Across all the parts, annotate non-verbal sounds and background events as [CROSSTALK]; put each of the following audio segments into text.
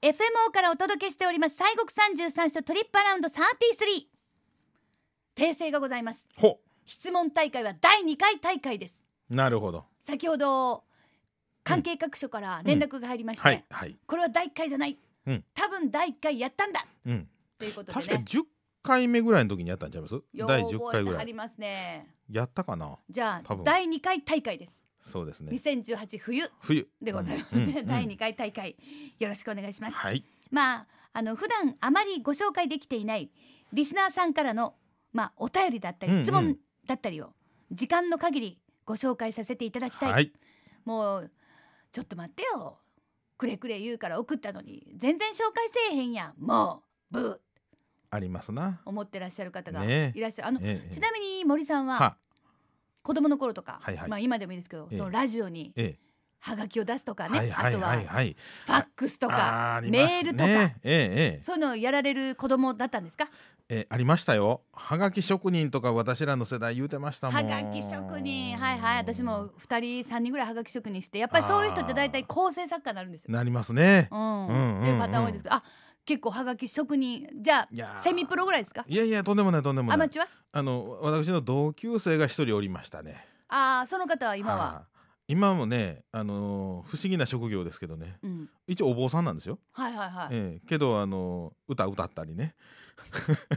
FMO からお届けしております西国三十三所トリップアラウンド33訂正がございますほ質問大会は第2回大会ですなるほど先ほど関係各所から連絡が入りまして、はいはいこれは第1回じゃない、うん多分第1回やったんだうんということでね確か10回目ぐらいの時にやったんちゃいます第10回ぐあらりいますねやったかなじゃあ多分第2回大会ですそうですね2018冬冬でございます、うんうん第2回大会よろしくお願いします、はいまああの普段あまりご紹介できていないリスナーさんからのまあお便りだったうんうりん質問だったりを時間の限りご紹介させていただきたい、はいもうちょっと待ってよくれくれ言うから送ったのに全然紹介せえへんやんもうブーありますな思ってらっしゃる方がねえいらっしゃる、あのええちなみに森さんはは子供の頃とか、はいはいまあ今でもいいですけど、ええそのラジオにえハガキを出すとかえね、はいはいあとははいはいファックスとあかあ、りメますールとねかえええそういうのをやられる子供だったんですかえええありましたよはがき職人とか私らの世代言うてましたもんはがき職人はいはい私も2人3人ぐらいはがき職人してやっぱりそういう人って大体構成作家になるんですよ。なりますねうんうんっていうパターン多いですけどあ結構はがき職人じゃいやあーセミプロぐらいですかいやいやとんでもないとんでもアマないチュアあの私の同級生が一人おりましたねあーその方は今は、い今もね、あのー不思議な職業ですけどねうん、一応お坊さんなんですよ、はいはいはい、ええけど、あのー歌歌ったりね、 [LAUGHS]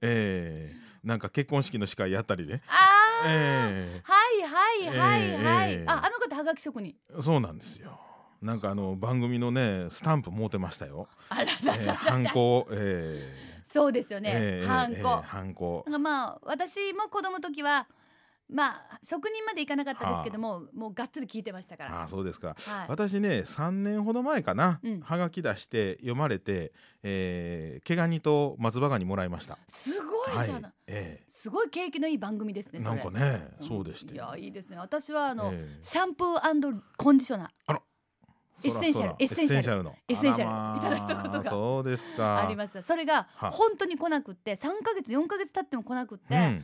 ええなんか結婚式の司会やったりね、あー、えはいはいはいはい、えーああの方はがき職人えそうなんですよなんかあの番組のねスタンプ持てまし [LAUGHS] たよ、あらえららえハンコ、えそうですよえね、ええハンコ、ええハンコなんかまあ私も子供の時はまあ職人までいかなかったですけども、もうがっつり聞いてましたから。ああそうですかはい、私ね3年ほど前かな、うんはがき出して読まれて、えー、毛ガニと松葉ガニもらいました。すごいじゃない、えすごい景気のいい番組ですえね。そなれんかね、んそうでして。いやいいですね。私はあの、ええシャンプーコンディショナーエッセンシャルそらそらエッセンシャルのエッセンシャルあらまあいただいたことがそうですあか。りました。それがは本当に来なくって、3ヶ月4ヶ月経っても来なくって、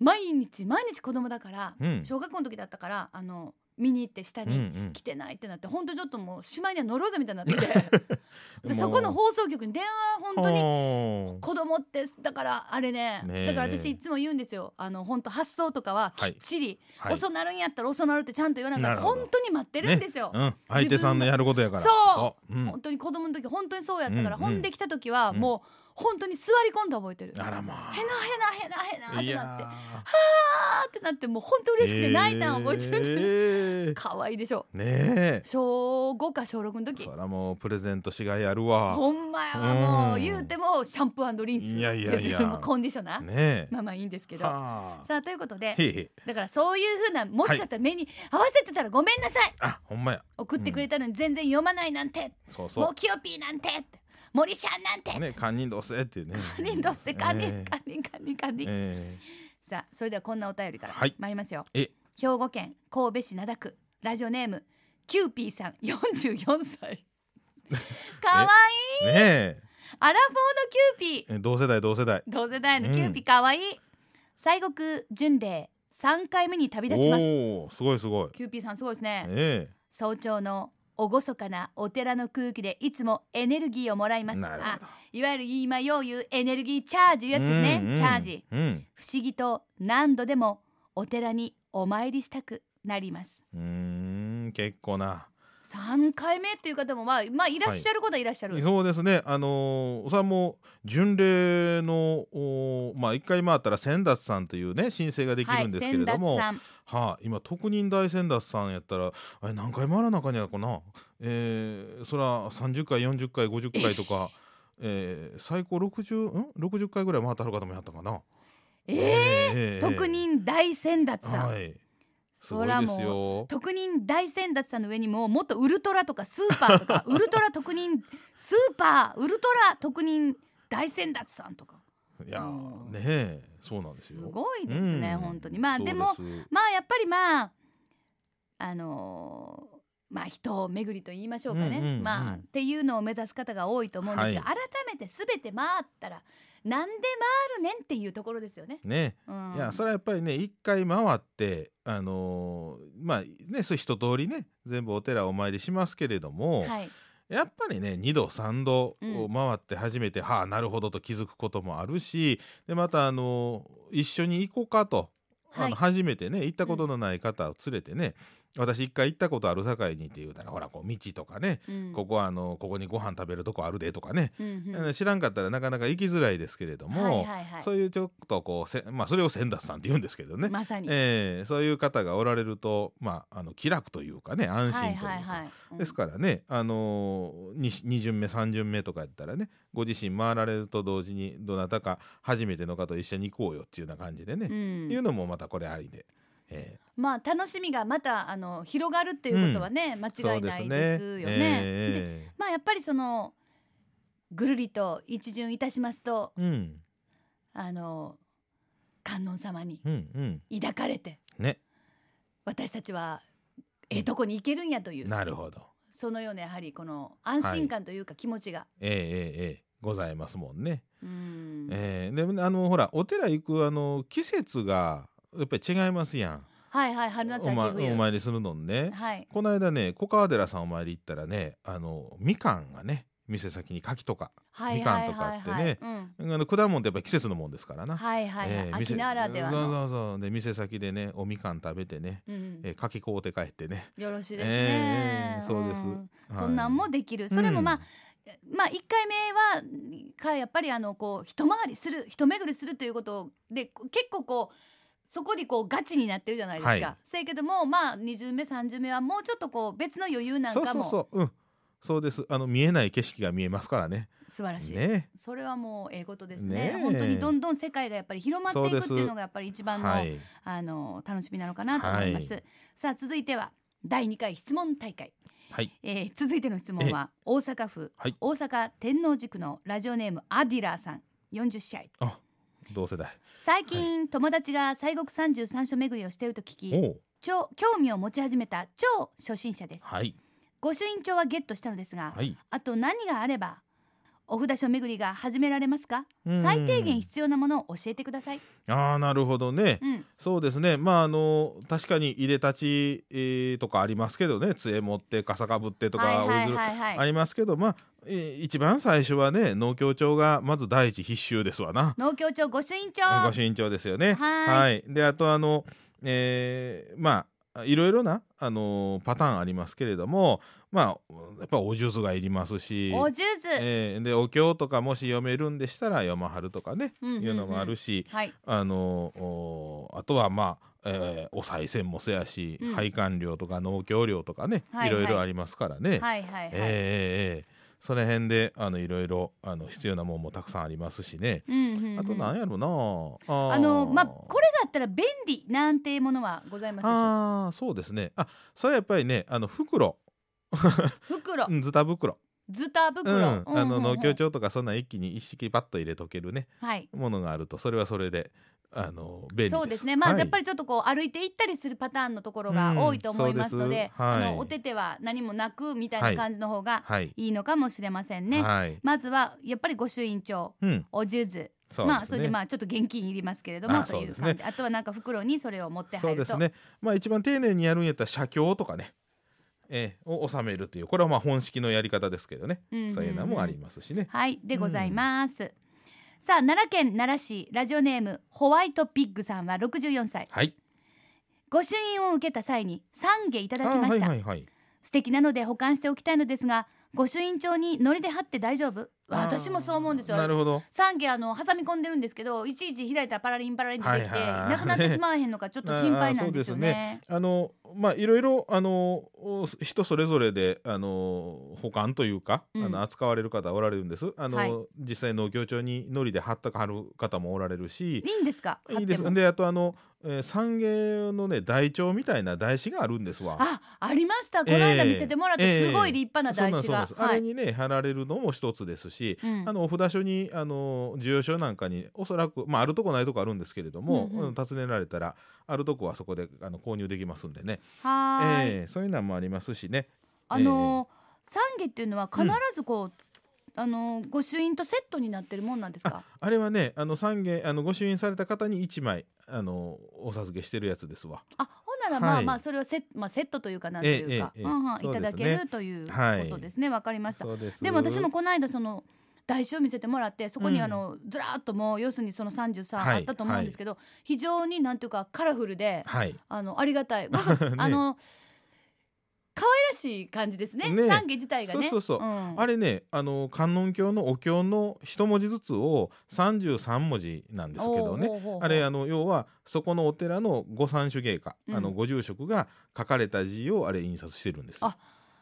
毎日毎日子供だから、うん、うん、小学校の時だったからあの見に行って下うんにうん来てないってなって、本当ちょっともうしまいには乗ろうぜみたいになって [LAUGHS] てでそこのも放送局に電話本う当にほ子供ってだからあれねねえだから私いつも言うんですよあの本当発想とかはきっちり、うはい遅なるんやったら遅なるってちゃんと言わなきゃなるほど本当に待ってるんですよ、うん、相手さんのやることやから。自分のう。うん本当に子供の時本当にそうやったから、うんほんできた時はうんもう本当に座り込んだ覚えてる、あらまあ。へなへなへなへなっていやなってあーーってなってもう本当嬉しくて泣いたん覚えてるんです、ええ可愛いでしょね小5か小6のえ。時そらもうプレゼントしがいあるわ。ほんまやわもううん言うてもシャンプーリンスいやいやいやですよもうコンディショナー、ねえ。まあまあいいんですけどさはあ。あということでへいへいだからそういうふうなもしかしたら目に合わせてたらごめんなさいあ、ほんまや。送ってくれたのに全然読まないなんて、そうもうそキヨピーなんて森シャンなんて、う。ね、堪忍どうせっていうね。堪忍どうせ堪忍え堪忍堪忍堪忍ええさあそれではこんなお便りからはい参りますよ、え兵庫県神戸市灘区ラジオネームキューピーさん44歳 [LAUGHS] かわいいえねアラフォーのキューピーええ。同世代同世代。同世代のキューピーかわいい、西国巡礼3回目に旅立ちますおお、すごいすごい。キューピーさんすごいですねえ早朝の厳かなお寺の空気でいつもエネルギーをもらいえますなるあほど。いわゆる今よう言うエネルギーチャージいうやつですね、うんうんチャージうん。不思議と何度でもお寺にお参りしたくなりますうーん、結構な。 3回目っていう方もまあ、まあ、いらっしゃることはいらっしゃる、そうですね。あのー、それはもう巡礼のおーまあ一回回ったら千達さんというね申請ができはるんいですけれ先ども、達はい、さん今特任大千達さんやったら、あれ何回回らなあかんやかな。えー、そら三十回、四十回、五十回とか。えー、最高60ん60回ぐらい回ってはる方もやったかな。えー、えー特任大先達さん、はい、すごそいらでもすうよ。特任大先達さんの上にももっとウルトラとかスーパーと [LAUGHS] かウルトラ特任スーパーウルトラ特任大先達さんとかいやうーんねえそうなんですよ。ごいですね、うん本当にまあでもそうすまあやっぱりまああのーまあ人を巡りと言いましょうかね、うんうんうんまあっていうのを目指す方が多いと思うんですが、は改いめて全て回ったらなんで回るねんっていうところですよね。ねうん、いやそれはやっぱりね一回回ってあのーまあねそう一通りね全部お寺お参りしますけれども、はい、やっぱりね2度3度うん回って初めて、はあなるほどと気づくこともあるしでまたあの一緒に行こうかと、はいあの初めてね行ったことのない方を連れてね、私一回行ったことある境にって言うたらほらこう道とかね、うんここはあのここにご飯食べるとこあるでとかね、うんうんあの知らんかったらなかなか行きづらいですけれども、はいはいはいそういうちょっとこうせ、まあ、それを千田さんって言うんですけどね、まさに、えーそういう方がおられると、まあ、あの気楽というかね安心とはいういか、はいはい、うんですからね、あのー、に2巡目3巡目とかやったらねご自身回られると同時にどなたか初めての方と一緒に行こうよっていうような感じでね、うんいうのもまたこれありで。えまあ楽しみがまたあの広がるっていうことはね、間ーそ違ういないですよね。でえまあやっぱりそのぐるりと一巡いたしますとーうんあの観音様にうんうん抱かれてね私たちはええとこに行けるんやというなるほど。そのようなやはりこの安心感というか気持ちが、えー、えーえーございますもんね。うんえーであのほらお寺行くあの季節がやっぱり違いますやん。はいはい春夏お,、秋ま、冬、お参りするのにね。はいこの間ね小川寺さんお参り行ったらねあのみかんがね店先に柿とかはいみかはんいとかはっいてはいねうんあの果物ってやっぱり季節のもんですからな、はいはいはいえー秋ならではそうの、そうそうで店先でねおみかん食べてね、うんえー、柿買うて帰ってねよろしいですね、えーそうですんはいそんなんもできる、それもまあ、まあ、1回目はかやっぱりあのこう一回りする一巡りするということでこ結構こうそこにこうガチになってるじゃないですか。はいせやけどもまあ20目30目はもうちょっとこう別の余裕うなんんそうかそうもそううんそうですあの見えない景色が見えますからね素晴らしい。ねそれはもうええことですねねえ本当にどんどん世界がやっぱり広まっていそうくでってすいうのがやっぱり一番の,、はいあの楽しみなのかなと思います、はさあ続いては第2回質問大会はいえー続いての質問は大阪府、はい大阪天王寺区のラジオネームアディラーさん40歳あ同世代最近、友達が西国三十三所巡りをしていると聞おきう超興味を持ち始めた超初心者ですはい御朱印帳はゲットしたのですが、はいあと何があればお札所巡りが始められますかうん最低限必要なものを教えてください、ああなるほどね、うん、そうですねまああの確かにいでたち、えーとかありますけどね杖持って傘かぶってとか、はいは折りい鶴はいはいありますけどまあ、えー一番最初はね農協長がまず第一必修ですわな農協長御朱印帳ご身長ですよね。はーであとあの、えーまあいろいろな、あのパターンありますけれどもまあやっぱお数珠がいりますし。おじゅうず、えーでお経とかもし読めるんでしたら読まはるとかね、うんうんうんいうのもあるし、はいあのおあとはまあ、えーお賽銭もせやし、うん配管料とか農協料とかね、はいはいいろいろありますからね、はいはいはい、えーえーえーその辺であのいろいろあの必要なもんもたくさんありますしね、うんうんうんあとなんやろなあーあのまあこれがあったら便利なんていうものはございますでしょあーそうですねあそれはやっぱりねあの袋うか袋うんズタ袋ズタ袋、うんうんあのうんうん農協帳とかそんなん一気に一式パッと入れとけるねはいものがあるとそれはそれであの便利ですそうですねまあ、やっぱりりちょっとこう歩いて行ったりするパターンのところが多いと思いますので,、うんそうですはいあのお手手は何もなくみたいな感じの方がはいいいのかもしれませんね、はいまずはやっぱり御朱印帳うんお数珠そうですねまあそれでまあちょっと現金いりますけれどもあとそいううです感ねじ、あとはなんか袋にそれを持ってそ入うでるとすね。まあ一番丁寧にやるんやったら写経とかね、えーを収めるというこれはまあ本式のやり方ですけどね、うんうんうんそういうのもありますしね。はいでございます、さあ奈良県奈良市ラジオネームホワイトピッグさんは64歳はい。御朱印を受けた際に3下いただきまはしいた、はいはい。素敵なので保管しておきたいのですが御朱印帳にノリで貼って大丈夫私もそう思うんですよなるほど。 3下あの挟み込んでるんですけどいちいち開いたらパラリンパラリンってできて、はいはいなくなってしまわへんのかちょっと心配なんですよね。あのまあいろいろあのお人それぞれであの保管というか、うんあの扱われる方おられるんです。あの、はい実際農協長にのりで貼ったか貼る方もおられるし。いいんですか貼ってもいいですであとあの、えー、三芸のね台帳みたいな台紙があるんですわ。あありましたこのえ間え見せてもらっえてえすごい立派なそう台なん紙そうなんがです、あはれいにね貼られるのも一つですし、うんあのお札所にあの重要書なんかにおそらく、まあ、あるとこないとこあるんですけれども、うんうんうん尋ねられたらあるとこはそこであの購入できますんでね、はーいええそういうのもありますしねあの三下っていうのは必ずこう、あの御朱印とセットになってるもんなんですかあれはねあの三軒あのご朱印された方に1枚あのお授けしてるやつですわ。あほんなららまあはいまあそれをセッ,、まあ、セットというかなんていうか、ええええうんうんそういですねただけるということですねわ、かりましたそうですでも私もこの間その台紙を見せてもらってそこうにんあの、ずらーっともう要するにその33はいあったと思うんですけど、非常になんていうかカラフル [LAUGHS] ではいあのありがた [LAUGHS] い、ご存ねあの可愛らしい感じですねね懺悔自体がねそうそうそうんあれねあの観音経のお経の一文字ずつを33文字なんですけどねおうほうほうほうあれあの要はそこのお寺の御三種芸家、うんあのご住職が書かれた字をあれ印刷してるんですよあ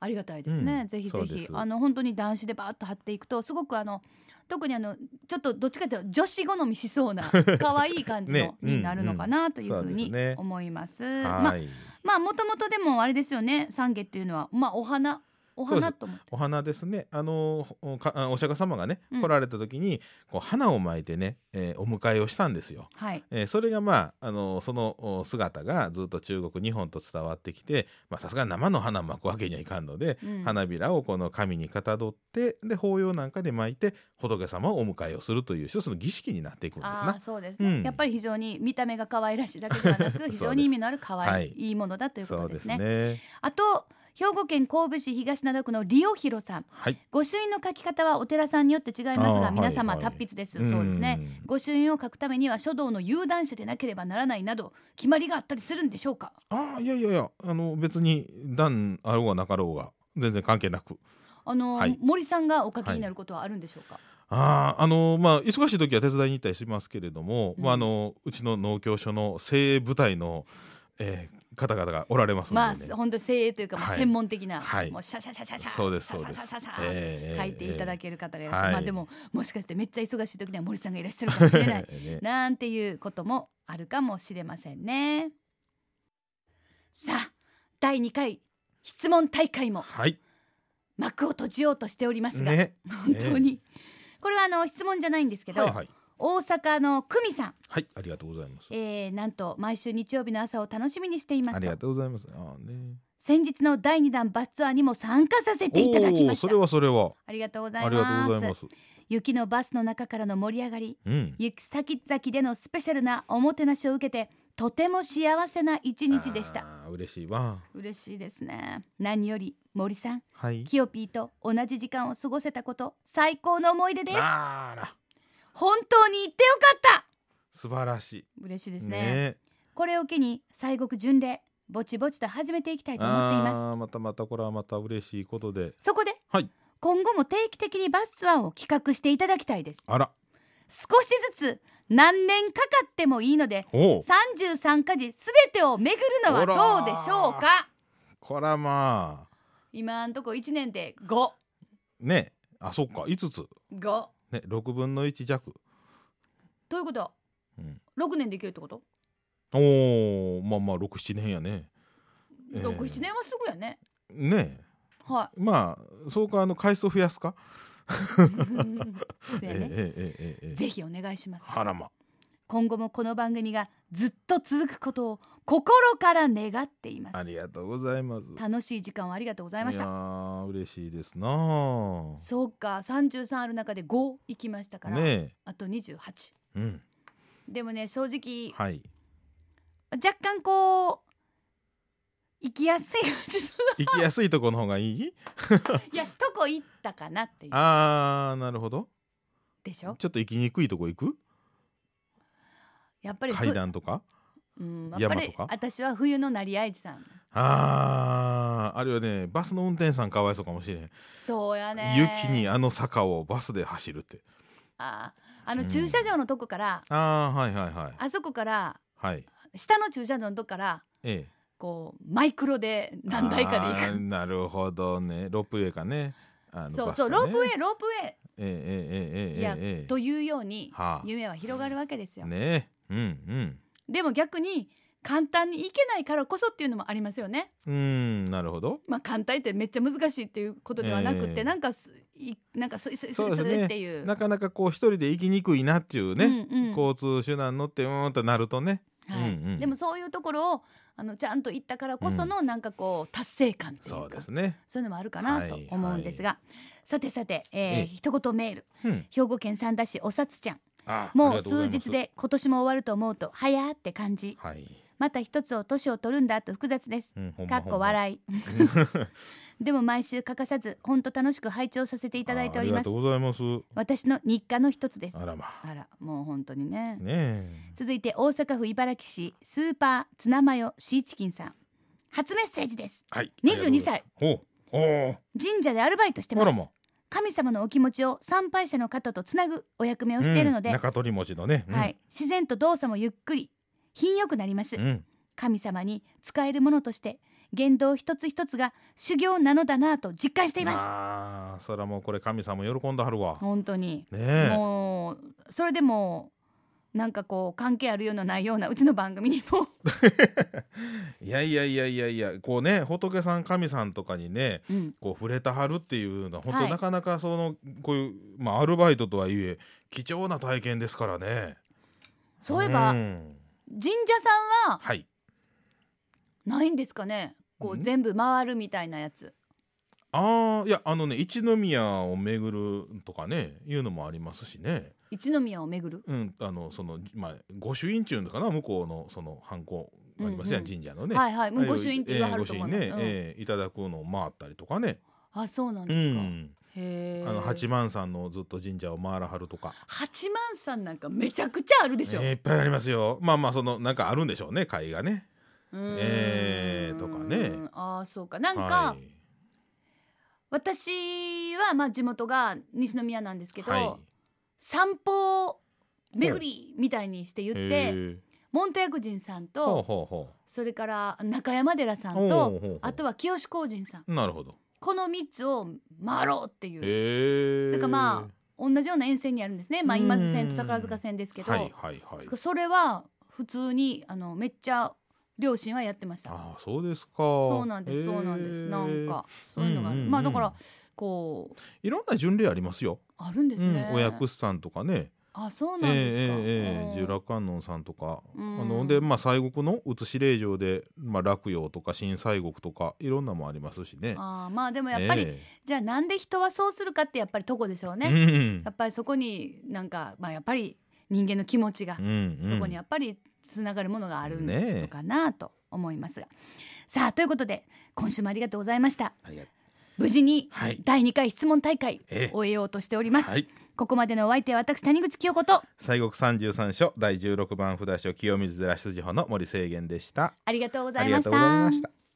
ありがたいですね、うんぜひそぜうでひすあの本当に男子でバーッと貼っていくとすごくあの特にあのちょっとどっちかというと女子好みしそう [LAUGHS] な可愛い感じの、ねうんになるのかなというふそううですにね思います。まあはい、まあもともとでもあれですよね三下っていうのはまあお花おそ花うと思ってお花ですねあのおかあお釈迦様がねうん来られた時に、こう花を巻いてね、えーお迎えをしたんですよ。はいえーそれがまあ、あのそのお姿がずっと中国日本と伝わってきてまあさすがに生の花巻くわけにはいかんので、うん花びらをこの紙にかたどってで法要なんかで巻いて仏様をお迎えをするという一つの儀式になっていくんですあなあ。そうですね、うんやっぱり非常に見た目が可愛らしいだけではな [LAUGHS] そうくです非常に意味のある可愛い、はいい、いものだというこそとうでですすねね。あと兵庫県神戸市東灘区のリオヒロさんはい。御朱印の書き方はお寺さんによって違いますあがー皆様はいはい達筆です、そうですねん。御朱印を書くためには書道の有段者でなければならないなど決まりがあったりするんでしょうかああいやいやいやあの別に段あろうがなかろうが全然関係なくあの、はい森さんがお書きになることはあるんでしょうか、あーあのまあ忙しい時は手伝いに行ったりしますけれども、うんまあ、あのうちの農協所の精鋭部隊の、えー方々がおられますまのあでね、本当精鋭というか、まあ、はい専門的な、はいもうシャシャシャシャシャそうですそうシャでシャすシャシャシャえー書いていただける方がいらっしゃはる、いまあでももしかしてめっちゃ忙しい時には森さんがいらっしゃるかもしれないねなんていうこともあるかもしれませんね。さあ第2回質問大会もはい幕を閉じようとしておりますが、ね本当に、これはあの質問じゃないんですけど、はいはい大阪の久美さん、はいありがとうございます、えー、なんと毎週日曜日の朝を楽しみにしていまあすりとがとうございますあーね先日の第2弾バスツアーにも参加させていただきおまーしそたれはそれはありがとうございあますりがとうございます雪のバスの中からの盛り上がりうん行く先々でのスペシャルなおもてなしを受けてとても幸せな一日でしたあー嬉しいわ嬉しいですね何より森さんはいキヨピーと同じ時間を過ごせたこと最高の思い出ですあら本当に行ってよかった素晴らし嬉しいでいすねこれを機に西国巡礼ぼちぼちと始めていきたいと思っていますあーまたまたこれはまた嬉しいことでそこで、はい今後も定期的にバスツアーを企画していただきたいですあら少しずつ何年かかってもいいのでおお33か寺すべてを巡るのはどうでしょうおかこらまあ今んとこ1年で55ねあそっか5つどね6分の1弱、ういうことうん、 6年できるってこと、おおまあまあ67年やねええ六七67年はすぐや [LAUGHS] ねねはえまあそうかあの回数増やすか、 [LAUGHS] いそうやねええええええええぜひお願いしますあらま今後もこの番組がずっと続くことを心から願っていますありがとうございます楽しい時間をありがとうございましいたやー嬉しいですなあそうか33ある中で5行きましたから、ねあと28えうんでもね正直はい若干こう行きやすい感じ [LAUGHS] 行きやすいとこの方がいいいやどこ行ったかなっていうあーなるほどでしちょょっと行きにくいとこ行くやっぱりふ階段とかうん、やっぱり山とか私は冬の成合地さんあーあれはねバスの運転手さんかわいそうかもしれんそうやね雪にあの坂をバスで走るってああのうん駐車場のとこから、ああはいはいはいあそこからはい下の駐車場のとこからええこうマイクロで何台かであ行ーなるほどねロープウェイかねあくのそうバスそうかロねープウェイロープウェイええええええええいやええというようにはあ夢は広がるわけですよ、ねえうんでも逆に簡単に行けないからこそっていうのもありますよねうんうんなるほどまあ簡単ってめっちゃ難しいっていうことではなくて、ええなんかすいなんかスイスイスイスそうですイねっていうなかなかこう一人で行きにくいなっていうね、うんうん交通手段乗ってうーんとなるとねはいうんうんでもそういうところをあのちゃんと行ったからこそのなんかこう達成感っていうか、そうですねそういうのもあるかなと思うんですが、さてさて、えーええ一言メールうん兵庫県三田市おさつちゃんあもう数日で今年も終わると思うと早ーって感じありがとうございますはいまた一つを年を取るんだと複雑ですうんほんまかっほこんま笑 [LAUGHS] いでも毎週欠かさず本当楽しく拝聴させていただいておりますあありがとうございます。私の日課の一つですあらまあらもう本当にねあ。ね続いて大阪府茨城市スーパーツナマヨシーチキンさん初メッセージですえ。はい。 22歳ありがとうございます。ほう。お神社でアルバイトしてお。あまらすま。神様のお気持ちを参拝者の方とつなぐお役目をしているので、うん中取り文字のね。うんは。い、自然と動作もゆっくり品よくなりますうん。神様に使えるものとして言動一つ一つが修行なのだなぁと実感していまああ、そらもうこれ神様喜んだはるわす。本当に、ねえ。もうそれでもうなんかこう関係あるようなないようなうちの番組にも、いやいやいやいやいや、こうね、仏さん神さんとかにね。うん、こう触れたはるっていうのは本当、はいなかなかそのこういう、まあ、アルバイトとはいえ貴重な体験ですからねそういえば、ん神社さんははいないんですかねこんう全部回るみたいなやつああいやあのね一宮を巡るとかねいうのもありますしね一宮を巡るうんあのそのまあ御朱印っていうのかな向こうのその犯行ありますやん、うんうん神社のね、はいはいもう御朱印って言わあはれをると思います、えー御朱印ね、えーいただくのを回ったりとかね、うん、あそうなんうですか、ん、へえあの八幡さんのずっと神社を回らはるとか、八幡さんなんかめちゃくちゃあるでしょ、えーいっぱいありますよまあまあそのなんかあるんでしょうね会がねうーんえーとかねああそうかなんか、はい私はまあ地元が西宮なんですけど、はい散歩巡りみたいにして言って、へーモント薬人さんほうとほうほそれから中山寺さほうんほうほうとあとは清志工人さんうなるほどこの3つを回ろうっていうへえそれからま同じような沿線にあるんですね、まあ、うん今津線と宝塚線ですけど、はいはいはいそれは普通にあのめっちゃ両親はやってました。ああそうですかそうなんです、そうなんです。へーなんかそういうのがある、うんうんうんまあだからこういろんな巡礼ありますよ、あるんですね。うん、お薬師さんとかねあ、そうえなんですか。えええええうん十羅観音さんとか、うんあのでまあ西国の写し霊場で、まあ、洛陽とか新西国とかいろんなもありますしね。あーまあでもやっぱり、えじゃあなんで人はそうするかってやっぱりとこでしょうえね。うんやっぱりそこになんかまあやっぱり人間の気持ちが、うんうんそこにやっぱりつながるものがあるねえのかなと思いますが、さあということで今週もありがとうございました。ありがと無事にはい第2回質問大会ええ終えようとしております。うはいここまでのお相手は私谷口清子と西国三十三所第十六番札所清水寺出自法の森清源でしたありがとうござあいりまがしとうございたまし。た